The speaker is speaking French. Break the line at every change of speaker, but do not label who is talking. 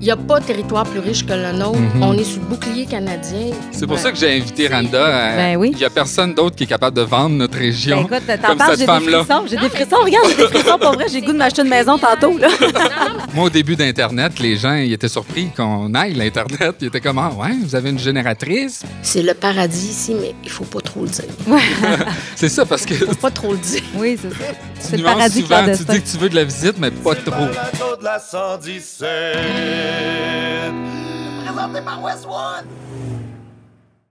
Il n'y a pas de territoire plus riche que le nôtre.
Mhm.
On est sous le bouclier canadien.
C'est pour ça que j'ai invité Randa. à-
Ben oui.
Il n'y a personne d'autre qui est capable de vendre notre
Ben,
région.
écoute, t'en
Comme
parles,
cette
j'ai des
femme-là.
frissons. J'ai des frissons. Regarde, j'ai des frissons. Pour vrai, j'ai le goût de m'acheter une maison tantôt. Là.
Moi, au début d'Internet, les gens ils étaient surpris qu'on aille l'Internet. Ils étaient comme, ah, ouais, vous avez une génératrice.
C'est le paradis ici, mais il faut pas trop le dire.
C'est ça, parce que
Il faut pas trop le dire.
Oui, c'est ça.
tu
C'est le
nuances
paradis
souvent, tu
clandestin.
dis que tu veux de la visite, mais pas trop.
Présenté par Westwood.